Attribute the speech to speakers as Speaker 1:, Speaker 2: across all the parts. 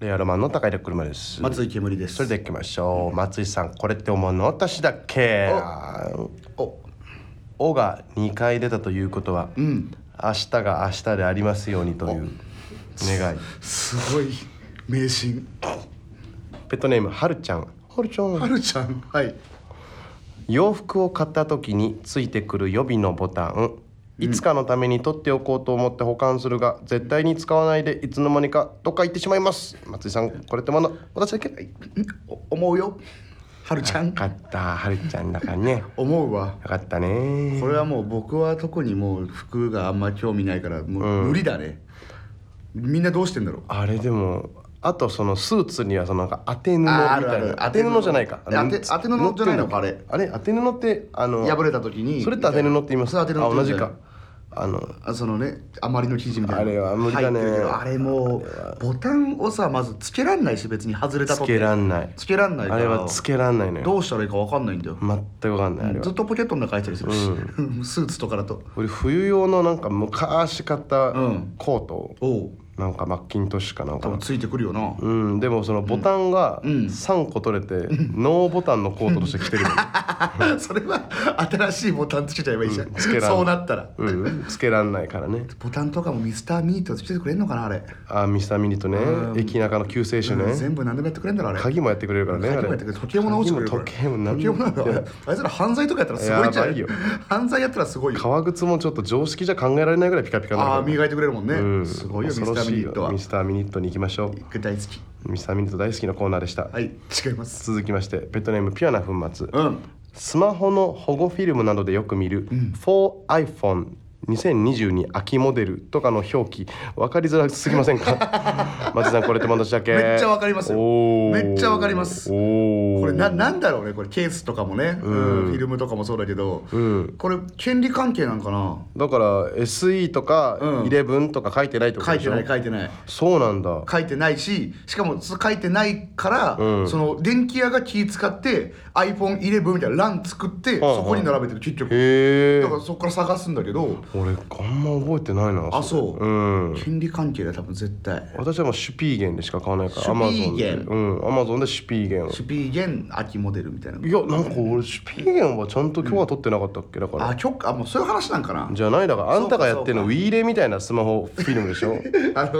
Speaker 1: レアロマンの高平車です
Speaker 2: 松井煙です
Speaker 1: それでいきましょう松井さんこれって思うの私だっけ
Speaker 2: お
Speaker 1: 「お」が2回出たということは、
Speaker 2: ん
Speaker 1: 明日が明日でありますようにという願い
Speaker 2: すごい迷信
Speaker 1: ペットネームはるちゃんはるちゃ
Speaker 2: はるちゃんはい
Speaker 1: 洋服を買った時についてくる予備のボタンいつかのために取っておこうと思って保管するが、絶対に使わないでいつの間にかどっか行ってしまいます松井さんこれってまだ私だけはい
Speaker 2: お思うよはるちゃん
Speaker 1: よかったはるちゃんだからねよ
Speaker 2: 思うわ
Speaker 1: かったね
Speaker 2: これはもう僕は特にもう服があんま興味ないからもう無理だね、みんなどうしてんだろう
Speaker 1: あれでもあとそのスーツにはそのなんか当て布み
Speaker 2: あ
Speaker 1: た
Speaker 2: あ
Speaker 1: い
Speaker 2: るある
Speaker 1: な当て布じゃないか
Speaker 2: 当て
Speaker 1: あの
Speaker 2: 当て布じゃないのかあれ
Speaker 1: あれ当て布ってあの
Speaker 2: 破れた時に
Speaker 1: それって当て布って言います
Speaker 2: それ当て布っ
Speaker 1: あ同
Speaker 2: て言うんだ
Speaker 1: じ
Speaker 2: よ
Speaker 1: かあの
Speaker 2: あそのね余りの生地みたいな
Speaker 1: あれは無理だね
Speaker 2: 入ってるけどあれもうボタンをさまずつけらんないし別に外れたと
Speaker 1: つ
Speaker 2: って
Speaker 1: けらんない
Speaker 2: つけらんないか
Speaker 1: あ
Speaker 2: ら
Speaker 1: れはつけらんないのよ
Speaker 2: どうしたらいいかわかんないんだよ
Speaker 1: 全くわかんないあれは
Speaker 2: ずっとポケットの中入ってたりするし、 スーツとかだと
Speaker 1: 俺冬用のなんか昔買った
Speaker 2: うん
Speaker 1: コートを
Speaker 2: おお
Speaker 1: なんかマッキントッシュかなん
Speaker 2: 多
Speaker 1: か
Speaker 2: 分ついてくるよな
Speaker 1: うんでもそのボタンが3個取れてノーボタンのコートとして着 てるのよ
Speaker 2: それは新しいボタンつけちゃえばいいじゃん、
Speaker 1: つけらん
Speaker 2: そうなったら、
Speaker 1: うんつけらんないからね
Speaker 2: ボタンとかもミスターミートつけてくれんのかなあれ、
Speaker 1: あーミスターミニとね駅中の救世主ね
Speaker 2: 全部何でもやってくれんだろあれ
Speaker 1: 鍵もやってくれるからね
Speaker 2: 鍵もや
Speaker 1: あ
Speaker 2: っ
Speaker 1: れ
Speaker 2: てくれる時計も直してくれるから
Speaker 1: 時計も何
Speaker 2: 時
Speaker 1: で
Speaker 2: 計
Speaker 1: も
Speaker 2: もなんだあれあいつら犯罪とかやったらすごいじゃ
Speaker 1: やば
Speaker 2: ん
Speaker 1: いよ
Speaker 2: 犯罪やったらすごいよ
Speaker 1: 革靴もちょっと常識じゃ考えられないぐらいピカピカになる
Speaker 2: あ
Speaker 1: か
Speaker 2: あ
Speaker 1: ら
Speaker 2: 磨いてくれるもんね、
Speaker 1: うん
Speaker 2: すごいよミス
Speaker 1: 恐
Speaker 2: タ
Speaker 1: ろし
Speaker 2: ーミ
Speaker 1: い
Speaker 2: ニット
Speaker 1: よ
Speaker 2: は
Speaker 1: ミスターミニットに行きましょう
Speaker 2: 僕大好き
Speaker 1: ミスターミニット大好きなコーナーでした
Speaker 2: はい違います
Speaker 1: 続きましてペットネームピュアな粉末
Speaker 2: うん
Speaker 1: スマホの保護フィルムなどでよく見る 4iPhone2022 秋モデルとかの表記分かりづらすぎません か松井さんこれって私だけ
Speaker 2: めっちゃわかりますよ
Speaker 1: おー
Speaker 2: めっちゃわかります
Speaker 1: おー
Speaker 2: これななんだろうねこれケースとかもね、うんフィルムとかもそうだけど、
Speaker 1: ん
Speaker 2: これ権利関係なんかな
Speaker 1: だから SE とか
Speaker 2: うん
Speaker 1: 11とか書いてないってこと
Speaker 2: 書い
Speaker 1: でしてょ、
Speaker 2: ない書いてない
Speaker 1: そうなんだ
Speaker 2: 書いてないししかもそ書いてないから、
Speaker 1: うん
Speaker 2: その電気屋が気使って iPhone11 みたいな欄作って、
Speaker 1: はい
Speaker 2: そこに並べてる結局、
Speaker 1: へえ
Speaker 2: だからそこから探すんだけど
Speaker 1: 俺あんま覚えてないな
Speaker 2: あそう、
Speaker 1: うん
Speaker 2: 権利関係だよ多分絶対
Speaker 1: 私はもうシュピーゲンでしか買わないから
Speaker 2: シュピーゲン
Speaker 1: Amazon でうんアマゾンでシュピーゲンを
Speaker 2: シュピーゲン秋モデルみたいない
Speaker 1: やなんか俺シュピーゲンはちゃんと許可取ってなかったっけだから
Speaker 2: あ許可あもうそういう話なんかな
Speaker 1: じゃないだからあんたがやってるの
Speaker 2: そ
Speaker 1: ウ
Speaker 2: うか
Speaker 1: ィーレみたいなスマホフィルム でしょ
Speaker 2: あの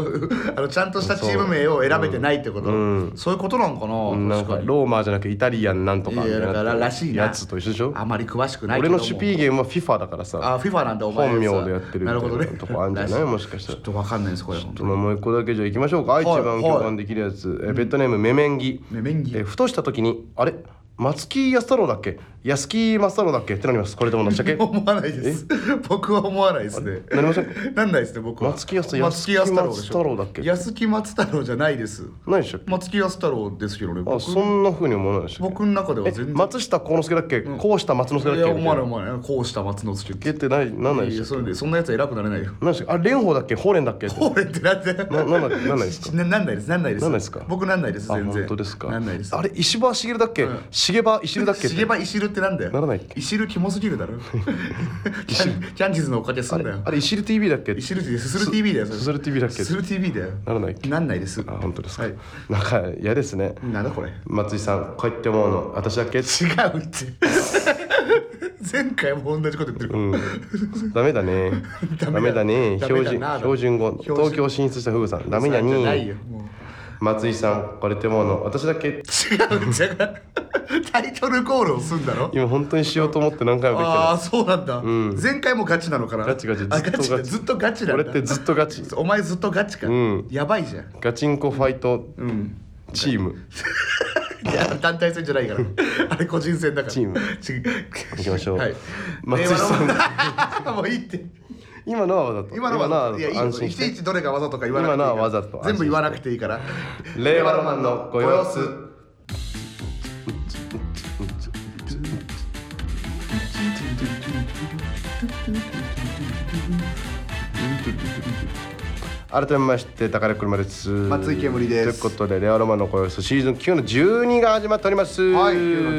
Speaker 2: あのちゃんとしたチーム名を選べてないってことそう,、いうことなんかな、
Speaker 1: なんか
Speaker 2: 確かに
Speaker 1: ローマじゃなくイタリアンなんとかみ
Speaker 2: い
Speaker 1: た
Speaker 2: や
Speaker 1: い
Speaker 2: だ
Speaker 1: な
Speaker 2: かららしいな
Speaker 1: やつと一緒でしょ
Speaker 2: あまり詳しくない
Speaker 1: 俺
Speaker 2: けども
Speaker 1: のシュピーゲンは FIFA だからさ
Speaker 2: あ FIFA なんだお前
Speaker 1: 本名でやってるみ
Speaker 2: な
Speaker 1: た
Speaker 2: るほど
Speaker 1: い
Speaker 2: ね
Speaker 1: なとこあるんじゃないもしかした
Speaker 2: ちょ
Speaker 1: ら
Speaker 2: っとわかんないですこれ本当に
Speaker 1: もう一個だけじゃ行きましょうか、
Speaker 2: い
Speaker 1: 一番共感できるやつ、えペットネームメメンギ
Speaker 2: メメンギ
Speaker 1: えふとした時にあれ松木安太郎だっけ安木松太郎だっけってなりますこれでもなっち ゃけ
Speaker 2: 思わないです僕は思わないですね
Speaker 1: なりません
Speaker 2: なんないですね僕は
Speaker 1: 松木安太郎
Speaker 2: 松木安太郎でしょ
Speaker 1: 松木安太郎だっけ
Speaker 2: 安木松太郎じゃないです
Speaker 1: 何でしたっ
Speaker 2: 松木安太郎ですけどね
Speaker 1: けあ
Speaker 2: 僕
Speaker 1: そんなふうに思わないでしたっけ
Speaker 2: 僕の中では
Speaker 1: え
Speaker 2: 全然
Speaker 1: 松下幸之助だっけ、こうした松之助だ
Speaker 2: い
Speaker 1: っ
Speaker 2: や
Speaker 1: け
Speaker 2: 思わない思わないこうした松之助って
Speaker 1: けってないなんないで
Speaker 2: いや
Speaker 1: した
Speaker 2: それでそんなやつ偉くな れないよ
Speaker 1: 何でしたっけあれ蓮舫だっけ法蓮だっけって
Speaker 2: 俺ってなんで
Speaker 1: ななんだなんないですか
Speaker 2: ななんないですなんないです
Speaker 1: なんないですか
Speaker 2: 僕なんないです
Speaker 1: あ
Speaker 2: 全然
Speaker 1: 本当ですか
Speaker 2: なんないです
Speaker 1: あれ石破茂だっけ、茂場石るだっけって
Speaker 2: 茂場石るってなんだよ
Speaker 1: ならないっけ
Speaker 2: 石るキモすぎ るだろキャンキャンディーズのおかげすんだよ
Speaker 1: あれ石る TV だっけ
Speaker 2: 石るってすする TV だよそれ
Speaker 1: すする TV だっけ
Speaker 2: する TV だよ
Speaker 1: ならないっけ
Speaker 2: なんないです
Speaker 1: あ本当ですか、
Speaker 2: はい
Speaker 1: なんか嫌ですね
Speaker 2: なんだこれ違
Speaker 1: 松井さんこうやって思うの私だけ
Speaker 2: うって前回も同じこと言ってる、
Speaker 1: うん、ダメだね
Speaker 2: ダ
Speaker 1: ダ
Speaker 2: メ
Speaker 1: メだ
Speaker 2: だ
Speaker 1: ね
Speaker 2: ダ
Speaker 1: 標
Speaker 2: メだ
Speaker 1: 準
Speaker 2: な
Speaker 1: 標準語
Speaker 2: 標準
Speaker 1: 東京進出したフグさんダメだ
Speaker 2: じゃない
Speaker 1: に
Speaker 2: よもう
Speaker 1: 松井さんこれって思うの私だけ
Speaker 2: 違う違うタイトルコールをすんだろ
Speaker 1: 今本当にしようと思って何回もできて
Speaker 2: あ
Speaker 1: な
Speaker 2: あそうなんだ、前回もガチなのかな
Speaker 1: ガチガチ
Speaker 2: あガチだず
Speaker 1: ず
Speaker 2: っ
Speaker 1: っ
Speaker 2: とガチ
Speaker 1: い
Speaker 2: なんだ
Speaker 1: 俺ってずっとガチ
Speaker 2: お前ずっとガチか、
Speaker 1: ん
Speaker 2: やばいじゃん
Speaker 1: ガチンコファイト
Speaker 2: うん
Speaker 1: チーム
Speaker 2: いや団体戦じゃないからあれ個人戦だから
Speaker 1: チーム
Speaker 2: 違う
Speaker 1: 行きましょう
Speaker 2: はい、
Speaker 1: 松井さん
Speaker 2: 令和のもういいって
Speaker 1: 今のはわざと
Speaker 2: 今のは
Speaker 1: わ
Speaker 2: いやい
Speaker 1: ざと
Speaker 2: いよい
Speaker 1: 安
Speaker 2: ち
Speaker 1: 心
Speaker 2: い
Speaker 1: して
Speaker 2: ちどれがわざとか言わなくていいから
Speaker 1: 今のはわざと安心して
Speaker 2: 全部言わなくていいから
Speaker 1: 令和ロマンのご様子改めまして高田車です
Speaker 2: 松井煙です
Speaker 1: ということでレアロマンの声シーズン9の12が始まっております
Speaker 2: はい9の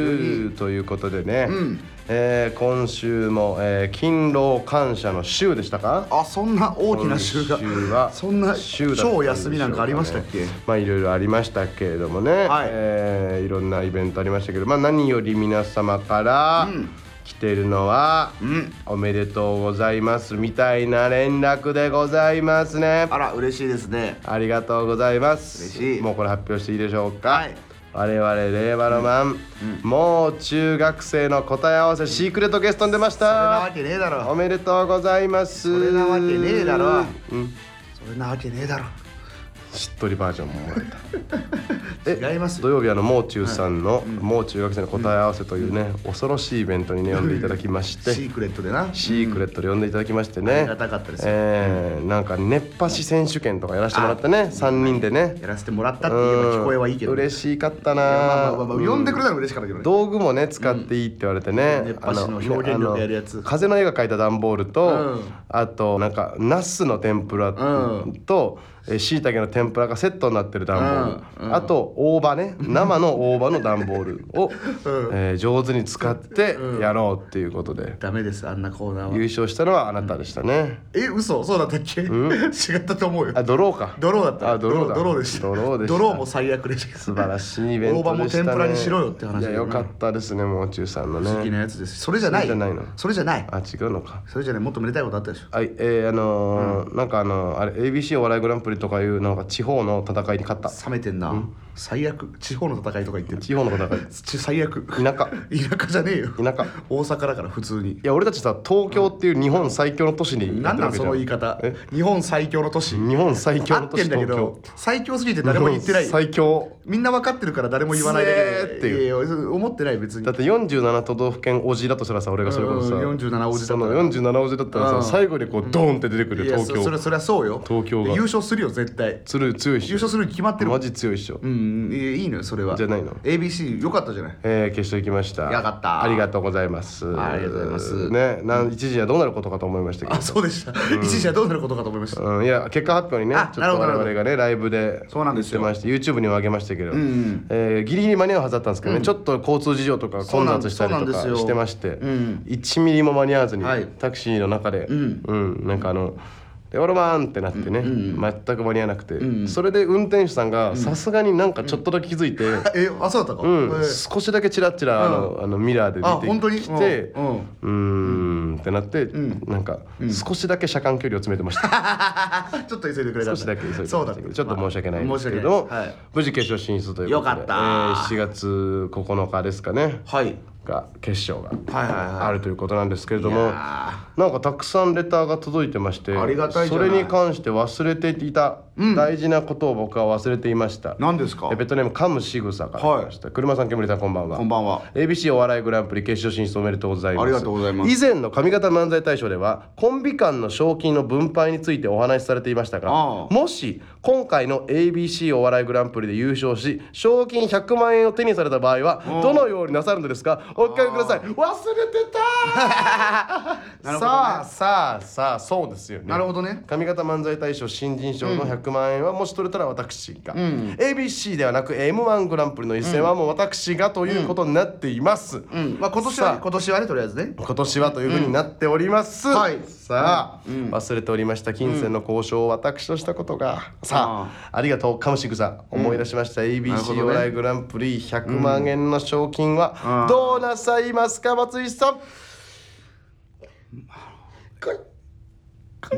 Speaker 2: 12
Speaker 1: ということでね、
Speaker 2: ん
Speaker 1: えー今週も、えー勤労感謝の週でしたか
Speaker 2: あそんな大きな週が
Speaker 1: 今週は
Speaker 2: そんな
Speaker 1: 週だったんでしょうかね
Speaker 2: 超休みなんかありましたっけ
Speaker 1: まあいろいろありましたけれどもね、
Speaker 2: はい
Speaker 1: えーいろんなイベントありましたけど、まあ、何より皆様から
Speaker 2: うん
Speaker 1: 来てるのは、
Speaker 2: うん
Speaker 1: おめでとうございます」みたいな連絡でございますね。
Speaker 2: あら嬉しいですね
Speaker 1: ありがとうございます
Speaker 2: 嬉しい
Speaker 1: もうこれ発表していいでしょうか、
Speaker 2: はい
Speaker 1: 我々令和ロマン、もう中学生の答え合わせシークレットゲストに出まし
Speaker 2: それなわ
Speaker 1: た
Speaker 2: けねえだ
Speaker 1: お
Speaker 2: ろ
Speaker 1: めでとうございます
Speaker 2: それなわけねえだろ
Speaker 1: うん
Speaker 2: それなわけねえだろ
Speaker 1: しっとりバージョンももらえた
Speaker 2: 違います
Speaker 1: 土
Speaker 2: よ
Speaker 1: 曜日あのもう中さんの、もう中学生の答え合わせというね、恐ろしいイベントにね呼んでいただきまし
Speaker 2: シ
Speaker 1: て
Speaker 2: ークレットでな
Speaker 1: シークレットで呼んでいただきましてね、
Speaker 2: ありがたかったですよ
Speaker 1: えーなんか熱波師選手権とかやらせてもらってね3人でね
Speaker 2: やらせてもらったっていうような聞こえはいいけど
Speaker 1: うん嬉しかった
Speaker 2: いやま
Speaker 1: な
Speaker 2: あまあまあ呼んでくれたの嬉しかったけどね
Speaker 1: 道具もね使っていいって言われてね、
Speaker 2: うん熱波師の表現力
Speaker 1: あねあ
Speaker 2: やるやつ
Speaker 1: 風の絵が描いた段ボールと、
Speaker 2: うん
Speaker 1: あとなんかナスの天ぷらと、えしいたけの天ぷらがセットになってる段ボール、
Speaker 2: うんうん
Speaker 1: あと大葉ね生の大葉の段ボールを、えー上手に使ってやろうっていうことで、
Speaker 2: ダメですあんなコーナー
Speaker 1: 優
Speaker 2: は
Speaker 1: 勝したのはあなたでしたね、
Speaker 2: え嘘そうだったっけ違ったと思うよ
Speaker 1: あドローか
Speaker 2: ドローだった
Speaker 1: あドローだ
Speaker 2: ドローでした
Speaker 1: ドローでした
Speaker 2: ドローも最悪でした
Speaker 1: 素晴らしいイベントでしたね
Speaker 2: 大葉も天ぷらにしろよって話
Speaker 1: い
Speaker 2: だ
Speaker 1: や
Speaker 2: よな
Speaker 1: よかったですねもう中さんのね
Speaker 2: 不思議なやつですそれじゃない
Speaker 1: それじゃないの
Speaker 2: それじゃない
Speaker 1: あ違うのか
Speaker 2: それじゃないもっとめでたいことあったでしょ
Speaker 1: はいえー、あのーなんかあのーあれ ABC お笑いグランプリとかいうなんか地方の戦いに勝った
Speaker 2: 冷めてんな、最悪地方の戦いとか言ってる
Speaker 1: 地方の戦い
Speaker 2: ち最悪
Speaker 1: 田舎
Speaker 2: 田舎じゃねえよ
Speaker 1: 田舎
Speaker 2: 大阪だから普通に
Speaker 1: いや俺たちさ東京っていう日本最強の都市にやっ
Speaker 2: なん
Speaker 1: て
Speaker 2: な
Speaker 1: るわ
Speaker 2: ん
Speaker 1: け
Speaker 2: そ
Speaker 1: じゃ
Speaker 2: の
Speaker 1: ん
Speaker 2: 言い方
Speaker 1: え
Speaker 2: 日本最強の都市
Speaker 1: 日本最強
Speaker 2: 合
Speaker 1: の
Speaker 2: っ
Speaker 1: 都
Speaker 2: て
Speaker 1: 市
Speaker 2: んだけ
Speaker 1: 東
Speaker 2: ど
Speaker 1: 京
Speaker 2: 最強すぎて誰も言ってない
Speaker 1: 日本最強
Speaker 2: みんな分かってるから誰も言わないだ
Speaker 1: せー
Speaker 2: け
Speaker 1: って
Speaker 2: で
Speaker 1: いう
Speaker 2: いやいや思ってない別に
Speaker 1: だって47都道府県おじだとしたらさ俺がそれこそさ、
Speaker 2: うんうん47おじだ
Speaker 1: そ
Speaker 2: ったら
Speaker 1: の47おじだったらさ、
Speaker 2: うん
Speaker 1: 最後にこうドーンって出てくる
Speaker 2: い
Speaker 1: よ
Speaker 2: や
Speaker 1: 東
Speaker 2: そそれ
Speaker 1: 京
Speaker 2: それはそうよ
Speaker 1: 東京が
Speaker 2: で優勝するよ絶対
Speaker 1: つる強いっしょ
Speaker 2: 優勝するに決まってるも
Speaker 1: マ
Speaker 2: ん
Speaker 1: ジ強いっしょ、
Speaker 2: うんいやいいのよそれは
Speaker 1: じゃないの
Speaker 2: ABC よかったじゃない
Speaker 1: えー、決勝行きました
Speaker 2: よかった
Speaker 1: ありがとうございます
Speaker 2: ありがとうございます
Speaker 1: ねなん一時はどうなることかと思いましたけ
Speaker 2: あ
Speaker 1: ど
Speaker 2: そうでした、一時はどうなることかと思いました
Speaker 1: うん、いや結果発表にね
Speaker 2: あ
Speaker 1: ちょ
Speaker 2: な
Speaker 1: っ
Speaker 2: る
Speaker 1: と
Speaker 2: ほど
Speaker 1: 我々がねライブで
Speaker 2: そうなんです
Speaker 1: 言
Speaker 2: よ
Speaker 1: ってまして YouTube にも上げましたけど、えーギリギリ間に合うはずだったんですけどね、ちょっと交通事情とか
Speaker 2: そう
Speaker 1: 混
Speaker 2: なん
Speaker 1: 雑したりとか
Speaker 2: そうなんですよ
Speaker 1: してまして、
Speaker 2: うん
Speaker 1: 1ミリも間に合わずに、
Speaker 2: はい
Speaker 1: タクシーの中で、うん
Speaker 2: ん
Speaker 1: なんかあの「レオロマン!」ってなってね、全く間に合わなくて、それで運転手さんがさすがになんかちょっとだけ気づいて。
Speaker 2: えあそうだったか、
Speaker 1: うん
Speaker 2: えー
Speaker 1: 少しだけチラッチラあの,、あのミラーで
Speaker 2: あ本当
Speaker 1: 出
Speaker 2: に
Speaker 1: てきてう
Speaker 2: うん
Speaker 1: ーんってなって、なんか少しだけ車間距離を詰めてま した、
Speaker 2: ちょっと急いでくれたん
Speaker 1: 少しだけ急いでま
Speaker 2: そうだ
Speaker 1: したけ
Speaker 2: った
Speaker 1: どちょっと申し訳ないん
Speaker 2: ま
Speaker 1: で
Speaker 2: あ
Speaker 1: すけれども、
Speaker 2: 申し訳ない
Speaker 1: 無事決勝進出ということで
Speaker 2: よかった
Speaker 1: えー7月9日ですかね
Speaker 2: はい、はい
Speaker 1: が決勝が
Speaker 2: はいはいはい
Speaker 1: あるということなんですけれども、
Speaker 2: いや
Speaker 1: なんかたくさんレターが届いてまして
Speaker 2: ありがたいじゃ
Speaker 1: そ
Speaker 2: ない
Speaker 1: れに関して忘れていた大事なことを僕は忘れていました、
Speaker 2: 何ですか
Speaker 1: えベトナムカムシグサから来ました、車さん煙さんこんばんは
Speaker 2: こんばんは
Speaker 1: ABC お笑いグランプリ決勝進出おめでとうございます
Speaker 2: ありがとうございます
Speaker 1: 以前の上方漫才大賞ではコンビ間の賞金の分配についてお話しされていましたが
Speaker 2: ああ
Speaker 1: もし今回の ABC お笑いグランプリで優勝し賞金100万円を手にされた場合はどのようになさるのですかお聞かせください忘れてた
Speaker 2: なるほどね
Speaker 1: さあさあさあそうですよね
Speaker 2: なるほどね
Speaker 1: 上方漫才大賞新人賞の100万円はもし取れたら私が、ABC ではなく m 1グランプリの一戦はもう私がということになっています、
Speaker 2: うんまあ今年はね今年はねとりあえずね
Speaker 1: 今年はというふうになっております、
Speaker 2: うんはい
Speaker 1: さあ、忘れておりました金銭の交渉を私としたことが、さあありがとうカムシグさん思い出しました、
Speaker 2: なるほ
Speaker 1: ABC
Speaker 2: どね
Speaker 1: お笑いグランプリ100万円の賞金はどうなさいますか松井さん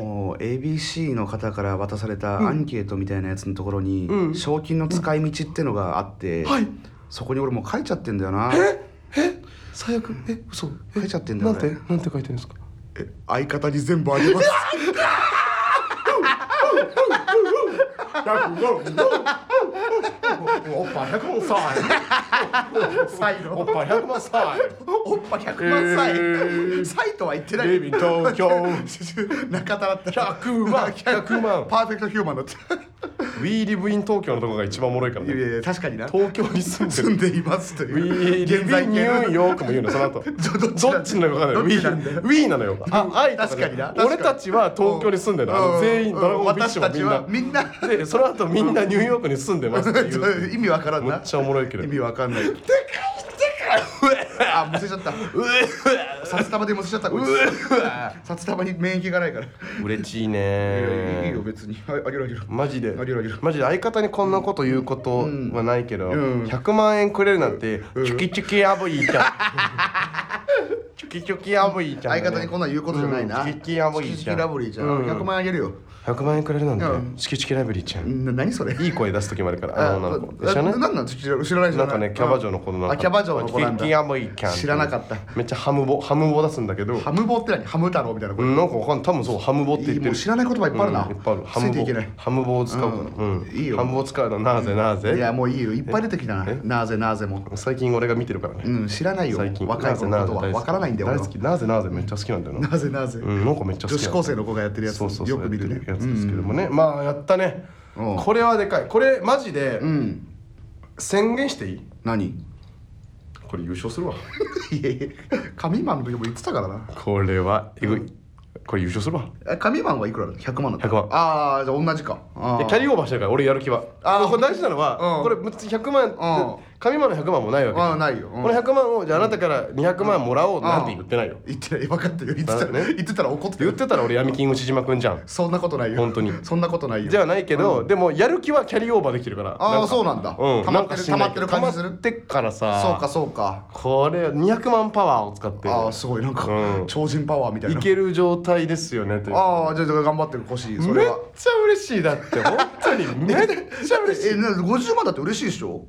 Speaker 2: もう ABC の方から渡されたアンケートみたいなやつのところに、賞金の使い道ってのがあって、
Speaker 1: はい
Speaker 2: そこに俺もう書いちゃってんだよな
Speaker 1: 最悪え嘘
Speaker 2: 書いちゃってんだよ
Speaker 1: なんて
Speaker 2: 俺
Speaker 1: なんて書いてるんですか
Speaker 2: え相方に全部あげます
Speaker 1: おっぱい100万歳
Speaker 2: 歳の
Speaker 1: おっぱい100万歳
Speaker 2: おっぱ100万
Speaker 1: え
Speaker 2: 歳、
Speaker 1: ー
Speaker 2: サイとは言ってない
Speaker 1: デビ東京
Speaker 2: 中田だったら
Speaker 1: 100万100万
Speaker 2: パーフェクトヒューマンだった
Speaker 1: We Live in 東京のとこが一番おもろいから
Speaker 2: いや
Speaker 1: ね
Speaker 2: いや確かにな
Speaker 1: 東京に住んで
Speaker 2: 住ん
Speaker 1: る
Speaker 2: でいますとい
Speaker 1: We
Speaker 2: う
Speaker 1: Live in ニュー
Speaker 2: 形
Speaker 1: ヨークも言うのその後
Speaker 2: どっち
Speaker 1: ど
Speaker 2: な
Speaker 1: っちなのか分かんない
Speaker 2: どっちなんだよ
Speaker 1: We, We なのよあ愛と
Speaker 2: 確かにな確かに
Speaker 1: 俺たちは東京に住んでるの
Speaker 2: うん
Speaker 1: 全員
Speaker 2: うん
Speaker 1: ドラゴンビッシュもみんな
Speaker 2: 私たちはみんな
Speaker 1: でその後みんなニューヨークに住んでますっていう
Speaker 2: 意味わからん
Speaker 1: め
Speaker 2: な
Speaker 1: っちゃおもろいけど
Speaker 2: 意味わかんないでかいでかいあむせちゃった札束でむせちゃったこいつ札束に免疫がないから
Speaker 1: 嬉しい
Speaker 2: いやいい
Speaker 1: ね
Speaker 2: よ別にはいあげるあげる
Speaker 1: マジで
Speaker 2: あげるあげる
Speaker 1: マジで相方にこんなこと言うことはないけど、
Speaker 2: うん
Speaker 1: 100万円くれるなんて、
Speaker 2: うん
Speaker 1: チュキチュキアブイちゃん チュキチュキアブイちゃんだね、
Speaker 2: 相方にこんなん言うことじゃないな
Speaker 1: うんチキチキラブリーちゃん
Speaker 2: チキチキラブリーちゃん
Speaker 1: うん
Speaker 2: 100万円あげるよ
Speaker 1: 100万円くれるなんて、
Speaker 2: うん
Speaker 1: チキチキラブリーちゃん、
Speaker 2: な何それ
Speaker 1: いい声出す時もあるからあの女の子知らない
Speaker 2: 何なん知らない知らない
Speaker 1: なんかねキャバ嬢の子の
Speaker 2: あキャバ嬢の子なん
Speaker 1: チキチキア
Speaker 2: だ
Speaker 1: ブイちゃんて
Speaker 2: 知らなかった
Speaker 1: めっちゃハムボハムボ出すんだけど
Speaker 2: ハムボって何ハム太郎みたいなこ
Speaker 1: う
Speaker 2: れ
Speaker 1: んなんかわかんない多分そうハムボって言って
Speaker 2: も
Speaker 1: る
Speaker 2: う知らない言葉いっぱいあるな、
Speaker 1: うんいっぱいあるハム
Speaker 2: ついていけない
Speaker 1: ボハムボを使うから、う
Speaker 2: うんんいいよ
Speaker 1: ハムボを使うのなぜなぜ
Speaker 2: いやもういいよいっぱい出てきたな
Speaker 1: え
Speaker 2: なぜなぜも
Speaker 1: 最近俺が見てるからね、
Speaker 2: うん知らないよ
Speaker 1: 最近
Speaker 2: 若い子の
Speaker 1: なぜ
Speaker 2: こと
Speaker 1: なぜ
Speaker 2: はわからないんだよ
Speaker 1: 大
Speaker 2: 俺
Speaker 1: 好
Speaker 2: は
Speaker 1: きなぜなぜめっちゃ好きなんだよな、
Speaker 2: なぜなぜ、
Speaker 1: うん、なんかめっちゃ好
Speaker 2: 女
Speaker 1: きなんだよ
Speaker 2: 子高生の子がやってるやつ
Speaker 1: そうそうそう
Speaker 2: よく見るね
Speaker 1: やってやつですけどもね、まあやったね
Speaker 2: うん
Speaker 1: これはでかいこれマジで
Speaker 2: うん、うん
Speaker 1: 宣言していい
Speaker 2: 何
Speaker 1: これ優勝するわ
Speaker 2: いやいや神マンの時も言ってたからな
Speaker 1: これはえぐいこれ優勝するわ
Speaker 2: え神マンはいくらだ100万だった
Speaker 1: 100万
Speaker 2: ああじゃあ同じかあ
Speaker 1: い
Speaker 2: ー
Speaker 1: やキャリーオーバーしてるから俺やる気は
Speaker 2: あー
Speaker 1: これ大事なのは、
Speaker 2: うん
Speaker 1: これ別に100万
Speaker 2: うん
Speaker 1: 紙間の100万もないわけ
Speaker 2: あーないようん
Speaker 1: この100万をじゃああなたから200万もらおう
Speaker 2: あー
Speaker 1: なんて言ってないよ
Speaker 2: 言ってない分かってるよ言ってた
Speaker 1: だ
Speaker 2: ら、
Speaker 1: からね
Speaker 2: 言ってたら怒ってた
Speaker 1: 言
Speaker 2: よ
Speaker 1: ってたら俺闇金牛島くんじゃん
Speaker 2: そんなことないよ
Speaker 1: 本当に
Speaker 2: そんなことないよ
Speaker 1: じゃないけど、でもやる気はキャリーオーバーできるから
Speaker 2: あー
Speaker 1: か
Speaker 2: そうなんだ
Speaker 1: うん、
Speaker 2: 溜ま
Speaker 1: なん
Speaker 2: ってる
Speaker 1: か知んないけど
Speaker 2: 溜まってる感じする
Speaker 1: 溜まってっからさ
Speaker 2: そうかそうか
Speaker 1: これ200万パワーを使って
Speaker 2: ああすごいなんか、
Speaker 1: うん
Speaker 2: 超人パワーみたい
Speaker 1: い
Speaker 2: な
Speaker 1: ける状態ですよねという
Speaker 2: ああじゃあじゃあ頑張ってる腰そ
Speaker 1: めっ
Speaker 2: れは
Speaker 1: ちゃ嬉しいだって本当 にめっちゃ嬉しい
Speaker 2: えな50万だって嬉しいでしょ